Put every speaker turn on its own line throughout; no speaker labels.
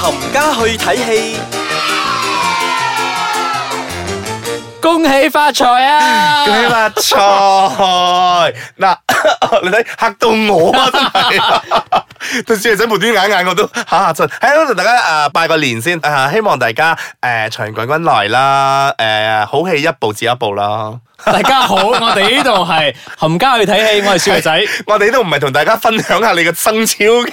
冚家去睇戲，
恭喜發財啊！
恭喜發財！嗱，你睇嚇到我啊，真係！對小女仔無端眼眼我都嚇嚇震。喺度同大家啊拜個年先啊，希望大家誒長滾滾來啦，誒好戲一步接一步啦。
大家好，我哋呢度係冚家去睇戲，我係小肥仔。
我哋呢度唔係同大家分享下你嘅生肖嘅，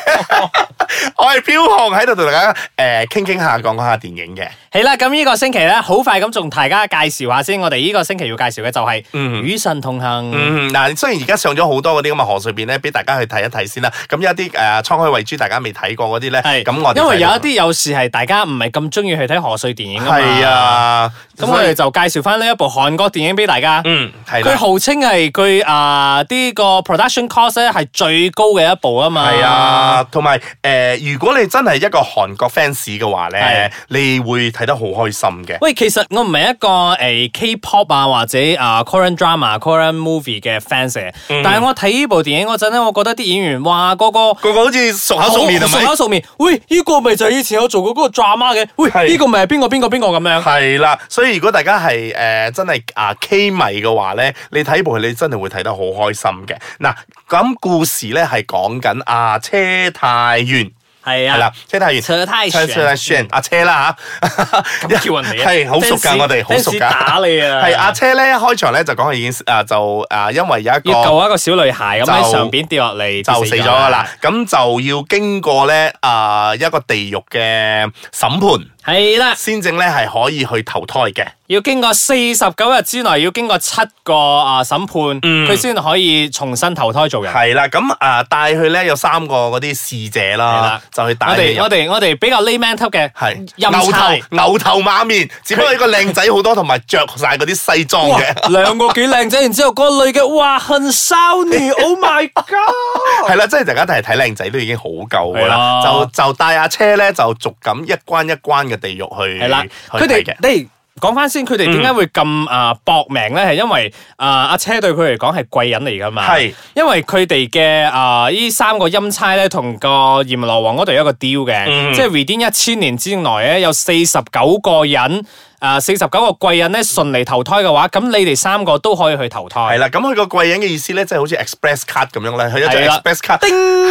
我係飄紅喺度同大家誒傾傾下講講下電影嘅。
係啦，咁呢個星期咧，好快咁同大家介紹下先。我哋呢個星期要介紹嘅就係《與神同行》。
嗯，嗱，雖然而家上咗好多嗰啲咁嘅賀歲片咧，俾大家去睇一睇先啦。咁有一啲誒《滄海遺珠》，大家未睇過嗰啲咧，
係
咁我哋
因為
睇
有一
到
啲有時係大家唔係咁中意去睇賀歲電影㗎嘛
係，啊，
咁
所
我
以
哋就介紹翻呢一部韓國電影俾大家。
嗯係
佢
啦。
號稱係佢啊呢個 production cost 咧係最高嘅一部啊嘛。
係啊，同埋誒，如果你真係一個韓國 fans 嘅話咧
係，
你會睇得好開心嘅。
喂，其實我唔係一個誒、呃 K-pop 啊或者啊、Korean drama、Korean movie 嘅 fans 嚟嘅，
嗯
但係我睇呢部電影嗰陣咧，我覺得啲演員哇個個
個個好似熟口熟面係
熟
咪
口？熟面，喂呢、個咪就係以前有做過嗰個 drama 嘅，
係
喂呢、個咪係邊個邊個邊個咁樣。
係啦，所以如果大家係誒、呃真係啊 K 迷嘅話咧，你睇部戲你真係會睇得好開心嘅。嗱，咁故事咧係講緊啊車太元。
係
係啦
啊，，
車太元，
車太
車
炫
車太炫，阿車啦嚇，
咁叫人哋啊
係好熟㗎，
fans-
我哋好熟
fans
㗎，
打你啊
係阿車咧，一開場咧就講佢已經啊就啊，因為有一
要
個
救一個小女孩咁
就
喺上邊跌落嚟
就死咗㗎
㗎
啦，。咁就要經過咧啊一個地獄嘅審判，
係啦，
先正咧係可以去投胎嘅。
要經過四十九日之內，要經過七個啊審判，
嗯
佢先可以重新投胎做人。
係啦，咁啊帶佢咧有三個嗰啲侍者啦
啦，
就去帶
我
佢
哋我
入。
哋我哋比較 layman type 嘅，
係
陰
牛頭
差
牛頭馬面，只不過一個靚仔好多，同埋着晒嗰啲西裝
哇
嘅。
兩個幾靚仔，然之後嗰個女嘅，哇，很騷 你，Oh my God！
係啦，即係大家都係睇靚仔都已經好夠噶
係
啦，
啊
就就帶阿車咧就逐咁一關一關嘅地獄去
係啦，
去
佢哋
睇嘅。
你講翻先，佢哋點解會咁啊搏命咧？係因為啊阿車對佢嚟講係貴人嚟噶嘛，
係
因為佢哋嘅啊呢三個陰差咧，同個閻羅王嗰度有一個 deal 嘅，
嗯
即係 within 一千年之內咧，有四十九個人。啊，四十九個貴人咧順利投胎嘅話，咁你哋三個都可以去投
係
胎。
啦，咁佢個貴人嘅意思咧，即係好似 express card 咁樣咧，佢一
係
張
啦
express card，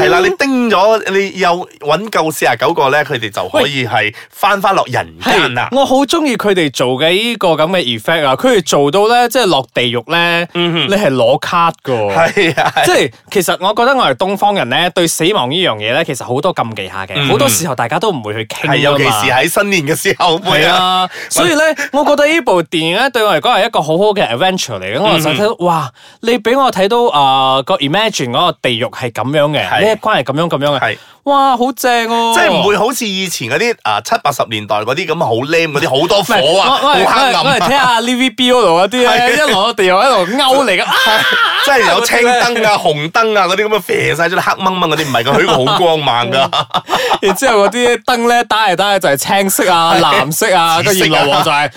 係啦，你叮咗，你又揾夠四廿九個咧，佢哋就可以係翻翻落人間啦。
我好中意佢哋做嘅呢個咁嘅 effect 啊！佢哋做到咧，即係落地獄咧，你係攞卡噶。
係啊，
即嗯係其實我覺得我哋東方人咧對死亡呢樣嘢咧，其實好多禁忌下嘅，好、多時候大家都唔會去傾
係尤其
㗎
是
啊嘛
喺新年嘅時候，會
係啊， 所以咧，我覺得呢部電影咧對我嚟講係一個好好嘅 adventure 嚟嘅。我就想睇到，哇！你俾我睇到啊個 imagine 嗰個地獄係咁樣
係
嘅，呢一關係咁樣咁樣
係
嘅，哇！好正喎，
即係唔會好似以前嗰啲啊七八十年代嗰啲咁好 lame 嗰啲好多
唔係
火啊，
我
好
我
黑
係
暗
我係我係睇
啊，
下 LVB 嗰度嗰啲咧，一落地獄喺度勾嚟嘅，啊
即係有青燈啊、紅燈啊嗰啲咁樣射晒出嚟黑掹掹嗰啲，唔係佢佢個好光猛啊噶。
然之後嗰啲燈咧打嚟打去就係青色啊、藍色啊，
紫
跟
色
住
啊
羅王就係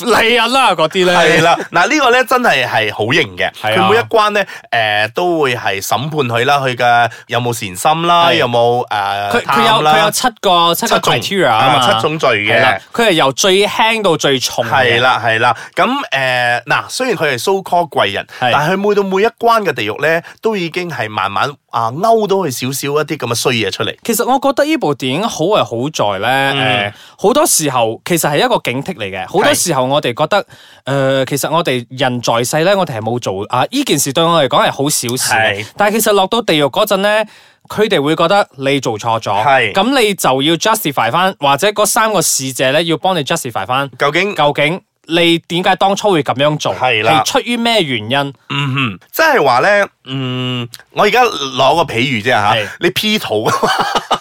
利人啦嗰啲咧。
係啦， 嗱呢個咧真係係好型嘅，
係
佢
啊
每一關咧誒都會係審判佢啦，佢嘅有冇善心啦，
係
有冇
佢
誒
佢
貪
有佢
啦
有，七個七個
種
criteria 啊嘛
啊七種罪嘅
係啦佢係由最輕到最重嘅。
係啦係啦，咁誒嗱雖然佢係 so call 貴人，
係
但係佢每到每一關嘅地獄咧，都已經係慢慢啊勾到佢少少一啲咁嘅衰嘢出嚟。
其實我覺得呢部電影好係好在咧，誒、
嗯
好、多時候其實係一個警惕嚟嘅。好多時候我哋覺得，誒、呃其實我哋人在世咧，我哋係冇做啊，呢件事對我嚟講係好小事
係
嘅。但係其實落到地獄嗰陣咧。佢哋會覺得你做錯
係
咗，咁你就要 justify 翻，或者嗰三個使者咧要幫你 justify 翻，
究竟
究竟你點解當初會咁樣做？
嗯係啦
係出於咩原因？
嗯哼，即係話咧，嗯，我而家攞個比喻啫吓
係，
你 P 圖啊嘛，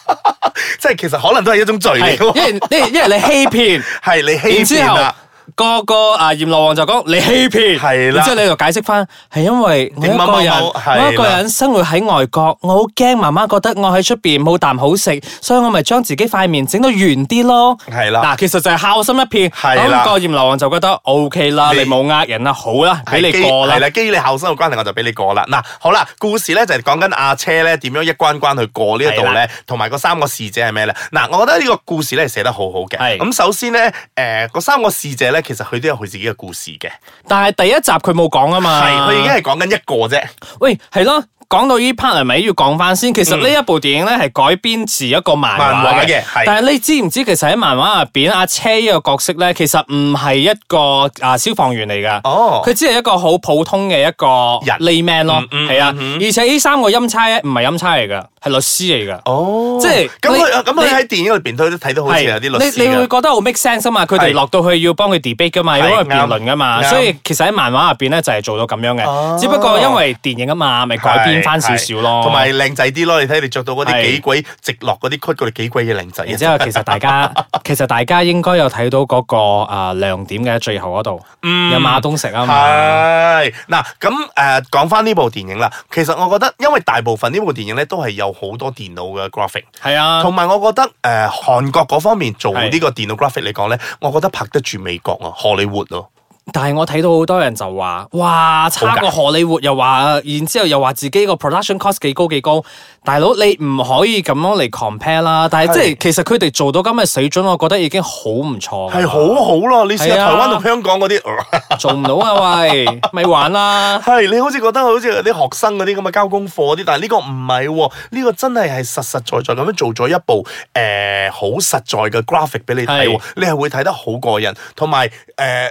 即係其實可能都係一種罪
係
嚟嘅
因
喎，
為因為因為你欺騙，
係你
然之
欺騙啊
後
啦。
個個啊阎羅王就講你欺騙，
係
然
啦
之後你就解釋翻係因為我一
點乜
個
乜
人，
乜係啦
我一個人生活喺外國，我好驚媽媽覺得我喺出邊冇啖好食，所以我咪將自己塊面整到圓啲咯。
係啦
嗱，其實就係孝心一片。
係啦
咁個阎羅王就覺得 O K 啦，
你
你冇呃人啦，好啦，俾你過啦
係。啦，基於你後生嘅關係，我就俾你過啦。嗱，好啦，故事咧就係講緊阿車咧點樣一關關去過呢一度
係
咧，同埋嗰三個侍者係咩咧？嗱，我覺得呢個故事咧寫得好好嘅。
係
咁首先咧，誒、嗰三個侍者咧，其實佢都有佢自己嘅故事嘅，
但係第一集佢冇講啊嘛。
係佢已經係講緊一個啫。
喂，係咯。講到呢 part 係咪要講翻先？其實呢一部電影咧係改編自一個漫
嗯漫畫
畫
嘅
嘅
係，
但係你知唔知其實喺漫畫入邊，阿車呢個角色咧其實唔係一個啊消防員嚟㗎，
哦
佢只係一個好普通嘅一個
人
layman 咯，
嗯嗯
係啊
嗯，
而且呢三個陰差咧唔係陰差嚟㗎，係律師嚟㗎。
哦
即係
咁
你
佢咁佢
你
喺電影裏邊都睇到好似有啲律師
你你會
嘅。
覺得好 make sense 啊嘛？佢
係
哋落到去要幫佢 debate 噶嘛，
係
要幫佢辯論噶嘛，
啱
所以其實喺漫畫入邊咧就係做到咁樣
哦
嘅，只不過因為電影啊嘛，咪改編翻少少咯。
同埋，靚仔啲咯，你睇你着到嗰啲
係
幾鬼直落嗰啲曲，嗰啲幾鬼嘅靚仔啊
然之後其 實大 家其實大家應該有睇到嗰個啊亮點嘅最後嗰度，有馬東石啊嘛，
係嗱，咁誒講翻呢部電影啦，其實我覺得，因為大部分呢部電影咧都係有好多電腦嘅 graphic，
係啊
同。埋我覺得誒、呃、韓國嗰方面做
係
呢個電腦 graphic 嚟講咧，我覺得拍得住美國啊，荷里活咯，
但係我睇到好多人就話，哇，差過荷里活又話，然之後又話自己個 production cost 幾高幾高，大佬你唔可以咁樣嚟 compare 啦。但係即
係
係其實佢哋做到今日水準，我覺得已經好唔錯㗎啦。
係好好咯。你試
啊
下
係啊
台灣同香港嗰啲，呃
做唔到啊喂，咪玩啦。
係你好似覺得好似有啲學生嗰啲咁嘅交功課嗰啲，但係呢個唔係喎，呢個真係係實實在在咁樣做咗一部誒好、實在嘅 graphic 俾你睇喎
係，
你係會睇得好過癮，同埋誒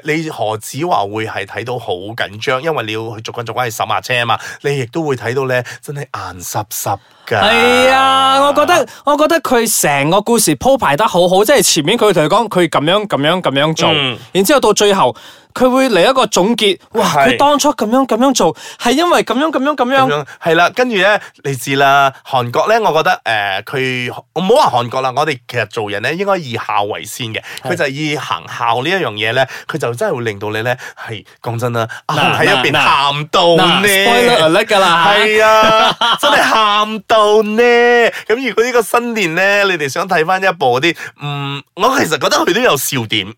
你何止話會係睇到好緊張，因為你要去逐間逐間去審下車啊嘛，你亦都會睇到咧真係眼濕濕 㗎。
係啊，我覺得我覺得佢成個故事鋪排得好好，即係前面佢同你講佢咁樣咁樣咁樣做，
嗯
然之後到最後佢會嚟一個總結，哇！
係
佢當初咁樣咁樣做係因為咁樣咁樣咁
咁
樣。
樣係啦，跟住咧，你知啦，韓國咧，我覺得誒，佢、我唔好話韓國啦，我哋其實做人咧應該以孝為先嘅，佢就係以行孝呢一樣嘢咧，佢就真係會令到你咧係講真啦，啊
嗱
喺入邊
嗱
喊到
嗱，spoiler
呢。
alert 㗎啦，
係啊，真係喊到呢！咁如果呢個新年咧，你哋想睇翻一部嗰啲，嗯，我其實覺得佢都有笑點，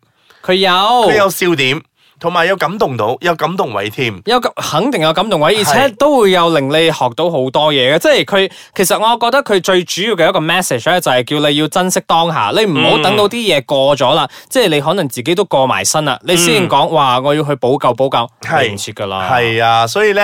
佢有
佢有笑點，同埋有感動到，有感動位添。
有感肯定有感動位，而且
係
都會有令你學到好多嘢嘅。即係佢其實我覺得佢最主要嘅一個 message 咧，就係叫你要珍惜當下，你唔好
嗯
等到啲嘢過咗啦，即係你可能自己都過埋身啦，你先講話我要去補救補救，
嗯係
係唔切噶啦。
係啊，所以咧，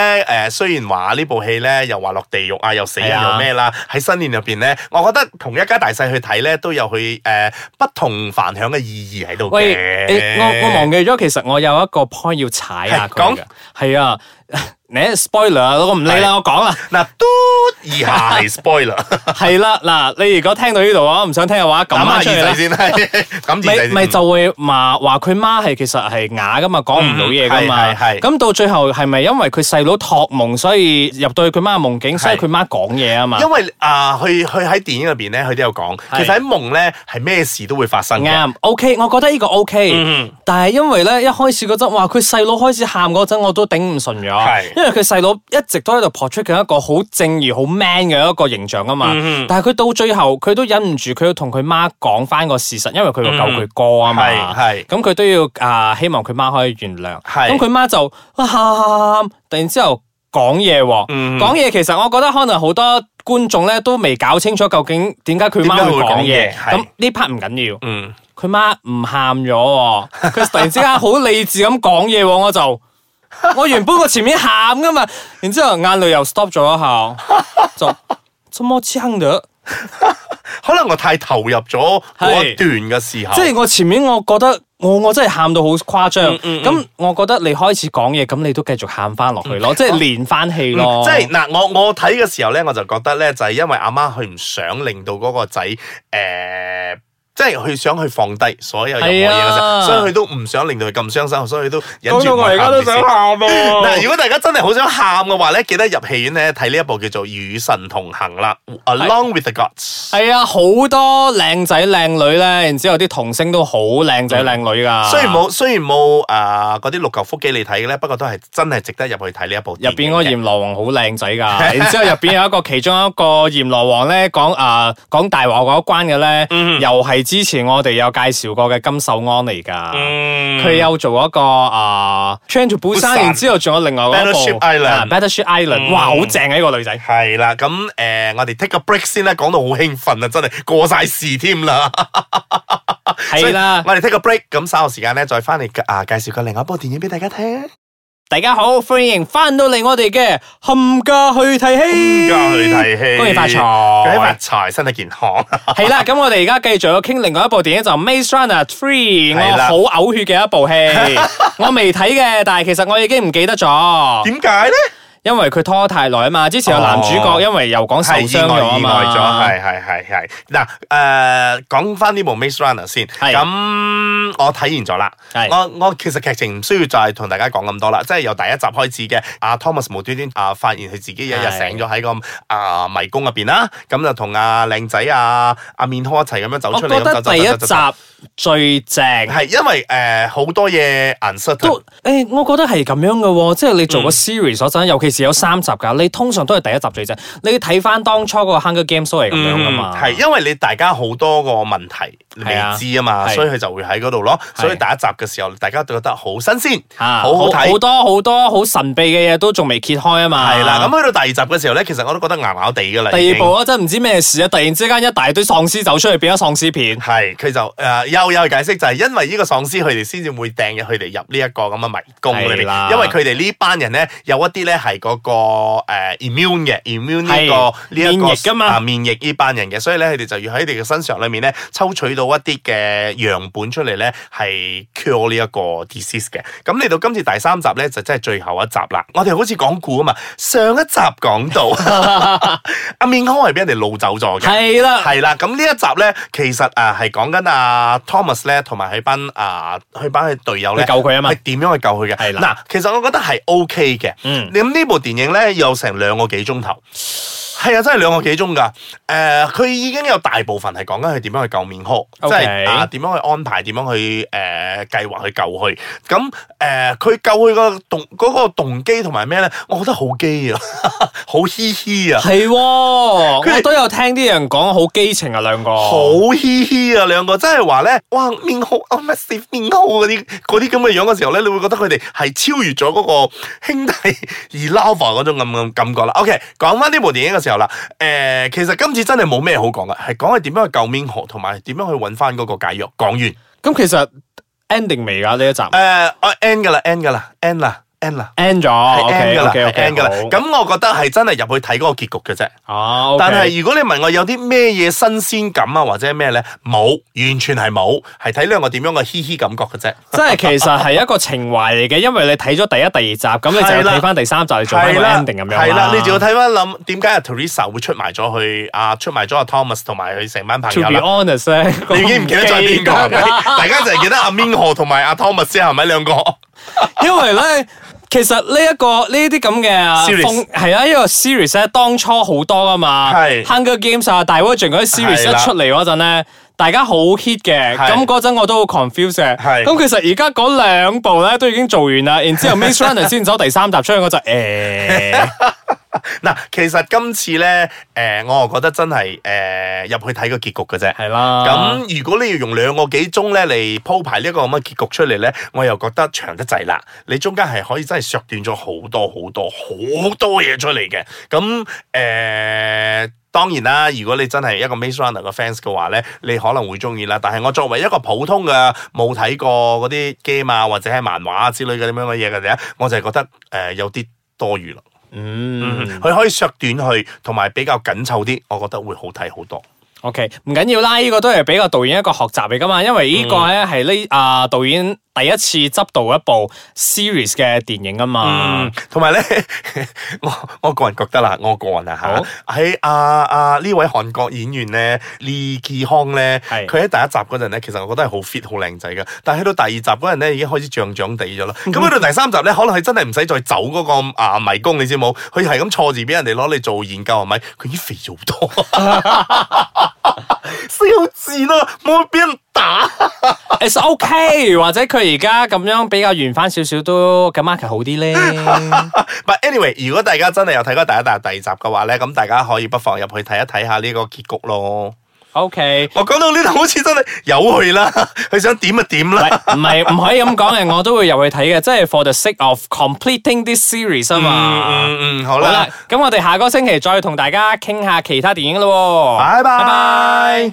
誒、雖然話呢部戲咧，又話落地獄啊，又死人
係啊
又咩啦，喺新年入邊咧，我覺得同一家大細去睇咧，都有佢誒、不同凡響嘅意義喺度嘅。
喂，你我我忘記咗，其實我有一個 point 要踩下佢
係
嘅，係啊， 你 spoiler 啊我唔理
係
啦，我講啦。
嗱，嘟以下 係 spoiler，
係啦，嗱，你如果聽到呢度啊，唔想聽嘅話，撳
咁
翻
耳
出去
仔
啦。
先， 咁耳仔
咪
先
咪就會話話佢媽係其實係啞噶嘛，講唔到嘢噶
嗯
嘛。
係係係
咁到最後係咪因為佢細佬托夢，所以入到去佢媽嘅夢境，所以佢媽講嘢啊嘛？
因為啊，佢佢喺電影入邊咧，佢都有講，其實喺夢咧係咩事都會發生嘅。
啱，OK，我覺得呢個 OK，、
嗯
但係因為咧一開始嗰陣，哇佢細佬開始喊嗰陣，我都頂唔順
係
咗，因為佢細佬一直都喺度 portray 緊一個好正義、好 man 嘅一個形象啊嘛。
嗯
但係佢到最後，佢都忍唔住，佢要同佢媽講翻個事實，因為佢要救佢哥啊嘛。
嗯係係
咁佢都要啊、希望佢媽可以原諒。
係
咁佢媽就哇喊，突然之後講嘢喎。
嗯
講嘢其實我覺得可能好多觀眾咧都未搞清楚究竟點解佢媽會講
點解會講嘢
嘢。
係
咁呢 part 唔緊要。
嗯，
佢媽唔喊咗喎，佢突然之間好理智咁講嘢喎，我就我原本我前面喊噶嘛，然之後眼淚又 stop 咗一下，就怎麼撐咗？
可能我太投入咗嗰一
係
段嘅時候，
即係我前面我覺得我我真係喊到好誇張，
嗯
咁、我覺得你開始講嘢，咁你都繼續喊翻落去咯，即係連翻氣咯，
嗯即係嗱，我我睇嘅時候咧，我就覺得咧，就係、因為阿媽佢唔想令到嗰個仔誒。即係為佢想去放低所有任何
係
嘢嘅時
啊
候，所以佢都唔想令到佢咁傷心，所以佢都忍
講
住
到
唔
我
喊
而家都
住先
想喊啊！
嗱，如果大家真係好想喊嘅話咧，記得入戲院咧睇呢一部叫做《與神同行》啦，《Along with the Gods》。
系啊，好多靚仔靚女咧，然之后啲童星都好靚仔靚女㗎。
嗯雖然冇雖然冇啊嗰啲六嚿腹肌你睇嘅咧，不過都係真係值得入去睇呢一部電
入
影嘅。
邊嗰個閻羅王好靚仔㗎， 然之後入邊有一個其中一個閻羅王咧講啊講大話嗰一關嘅咧，
嗯
又係之前我哋有介紹過嘅金秀安嚟㗎。
嗯，
佢有做一個啊《Train to Busan》，
Busan
然之後仲有另外嗰部
Battleship Island
啊《Battleship Island》，
嗯
哇，好正啊！呢個女仔。
係啦，咁誒、呃我哋 take a break 先啦，講到好興奮啊，真係過晒時添啦。
係啦
所以我哋 take a break，咁稍後時間咧再翻嚟啊，介紹個另外一部電影俾大家聽啊。
大家好，歡迎翻到嚟我哋嘅冚家去睇戲，
家去睇戲，
恭喜發財，
恭喜發財，身體健康。
係啦，咁我哋而家繼續要傾另外一部電影就《Maze Runner Three》，
係啦
我好嘔血嘅一 部戲，我未睇嘅，但係其實我已經唔記得咗，
點解咧？
因為佢拖太耐啊嘛。之前有男主角
哦
因為又講受
係
傷咗啊
意外
嘛，
咗，係係係係。嗱，誒講翻呢部《Maze Runner》先，
係
咁我睇完咗啦。
係
我我其實劇情唔需要再同大家講咁多啦，即係由第一集開始嘅阿 Thomas 無端端啊發現佢自己一日
係
醒咗喺個啊迷宮入邊啦，咁就同阿靚仔啊阿面科一齊咁樣走
我
出嚟。
覺得
咁走
第一
走
集
走走走
最正。
係因為誒好多嘢 uncertain
都誒、我覺得係咁樣嘅喎，即係你
嗯
做個 series 嗰陣，尤其是有三集㗎，你通常都係第一集最正。你睇翻當初嗰個 Hunger Games 都係咁樣㗎嘛，
嗯係因為你大家好多個問題你未
係啊
知啊嘛，
係
所以佢就會喺嗰度咯。
係
所以第一集嘅時候，大家都覺得好新鮮，
啊，
好好
好
睇。
多好多好神秘嘅嘢都仲未揭開啊嘛。
係啦，咁去到第二集嘅時候咧，其實我都覺得牙咬地噶啦。
第二部啊，真係唔知咩事啊！突然之間一大堆喪屍走出去，變咗喪屍片。
係佢就誒、呃又有解釋，就係因為呢個喪屍佢哋先至會掟入佢哋入呢一個咁嘅迷宮裏
係啦
邊，因為佢哋呢班人咧有一啲咧係嗰個、呃、immune 嘅 immune 呢、
係
個呢一、個
免疫㗎嘛
啊免疫呢班人嘅，所以咧佢哋就要喺佢哋嘅身上裏面咧抽取到一啲嘅樣本出嚟咧係 cure 呢一個 disease 嘅。咁嚟到今次第三集咧就真係最後一集啦。我哋好似講故啊嘛，上一集 講到阿面康係俾人哋路走咗嘅。
係 啦，
係啦，咁呢一集咧，其實啊係講緊啊 Thomas 咧，同埋佢班啊佢班佢隊友咧，
去救佢啊嘛
係點樣去救佢嘅？
係
嗱
啦，
其實我覺得係 OK 嘅。
嗯
咁呢部電影咧有成兩個幾鐘頭，係啊，真係兩個幾鐘㗎。誒、佢已經有大部分係講緊佢點樣去救面殼，即
OK
係啊點樣去安排，點樣去誒、計劃去救佢。咁誒佢救佢個動嗰、個動機同埋咩咧？我覺得好基啊， 好嘻嘻啊！
係喎，
佢哋
我都有聽啲人講好基情啊，兩個。
好嘻嘻啊！兩個真係話咧，哇面好啊 m a s 面好嗰啲嗰啲咁嘅樣嘅時候咧，你會覺得佢哋係超越咗嗰個兄弟而 lover 嗰種咁嘅感覺啦。OK，講翻呢部電影嘅時候啦，誒、其實今次真係冇咩好講嘅，係講係點樣去救面河同埋點樣去揾翻嗰個解藥。講完誒、
咁其實 ending 未㗎呢一集
我 end 啊㗎啦，end 㗎啦，end 啦，end 啦。
，end 咗
係 end
哦，OK
㗎啦
OK
係
OK，
end 㗎啦。
好
咁我覺得係真係入去睇嗰個結局嘅啫。
哦，
但係如果你問我有啲咩嘢新鮮感啊，或者咩咧，冇，完全係冇，係睇兩個點樣嘅嘻嘻感覺嘅啫。
即係其實係一個情懷嚟嘅，因為你睇咗第一、第二集，咁你就
係
要
啦
睇翻第三集，你做翻個 ending 咁樣
係啦，你就要睇翻諗點解阿 Teresa 會出賣咗佢啊，出賣咗阿 Thomas 同埋佢成班朋
To
友
be
啦。
honest 咧，
你已經唔記得咗係邊 個係咪？大家就係記得阿 Minho 同埋阿 Thomas 啫，係咪兩個？
因為咧，其實呢、一個呢啲咁嘅
Series
風係啊，呢個 series 咧，當初好多噶嘛
係
，Hunger Games 啊、大 v e r g i n 嗰啲 series
係啦
一出嚟嗰陣咧。大家好 hit 嘅，
係
咁嗰陣我都好 confused 嘅。
係
咁其實而家嗰兩部咧都已經做完啦，然之 後 Maze Runner 先走第三集出去，我就誒，
嗱，其實今次咧，誒，我又覺得真係誒入去睇個結局嘅啫。
係啦。
咁如果你要用兩個幾鐘咧嚟鋪排呢一個咁嘅結局出嚟咧，我又覺得長得滯啦。你中間係可以真係削短咗好多好多好多嘢出嚟嘅。咁誒、呃，當然啦，如果你真係一個 Maze Runner 嘅 fans 嘅話咧，你可能會中意啦。但係我作為一個普通嘅冇睇過嗰啲 game 啊，或者係漫畫啊之類嘅咁樣嘅嘢嘅啫，我就係覺得誒、呃有啲多餘啦。
嗯
嗯，佢可以削短去，同埋比較緊湊啲，我覺得會好睇好多。嗯
，OK，唔緊要啦，呢個都係俾個導演一個學習嚟噶嘛，因為呢個咧係呢啊導演第一次執導一部 series 嘅電影啊嘛
嗯。，同埋咧， 我我個人覺得啦，我個人啊
好
嚇，喺啊啊呢位韓國演員咧，李基康咧，
係
佢喺第一集嗰陣咧，其實我覺得係好 fit 好靚仔嘅，但係去到第二集嗰陣咧，已經開始漲漲 地咗啦。咁去到第三集咧，可能佢真係唔使再走嗰個啊迷宮，你知冇？佢係咁坐住俾人哋攞嚟做研究係咪？佢已經肥咗好多， 四好字啦，冇俾人打。
It's OK，或者佢而家咁樣比較圓翻少少都嘅 market 好啲咧。
But anyway，如果大家真係有睇過第一集、第二集嘅話咧，咁大家可以不妨入去睇一睇下呢個結局咯。
OK。
我講到呢度好似真係有佢啦， 佢想點就點
唔
啦。
係唔係唔可以咁講嘅，我都會入去睇嘅，即係 for the sake of completing this series 啊
嗯
嘛。
嗯嗯，好
好啦
啦，，
咁我哋下個星期再同大家傾下其他電影咯喎。
拜拜。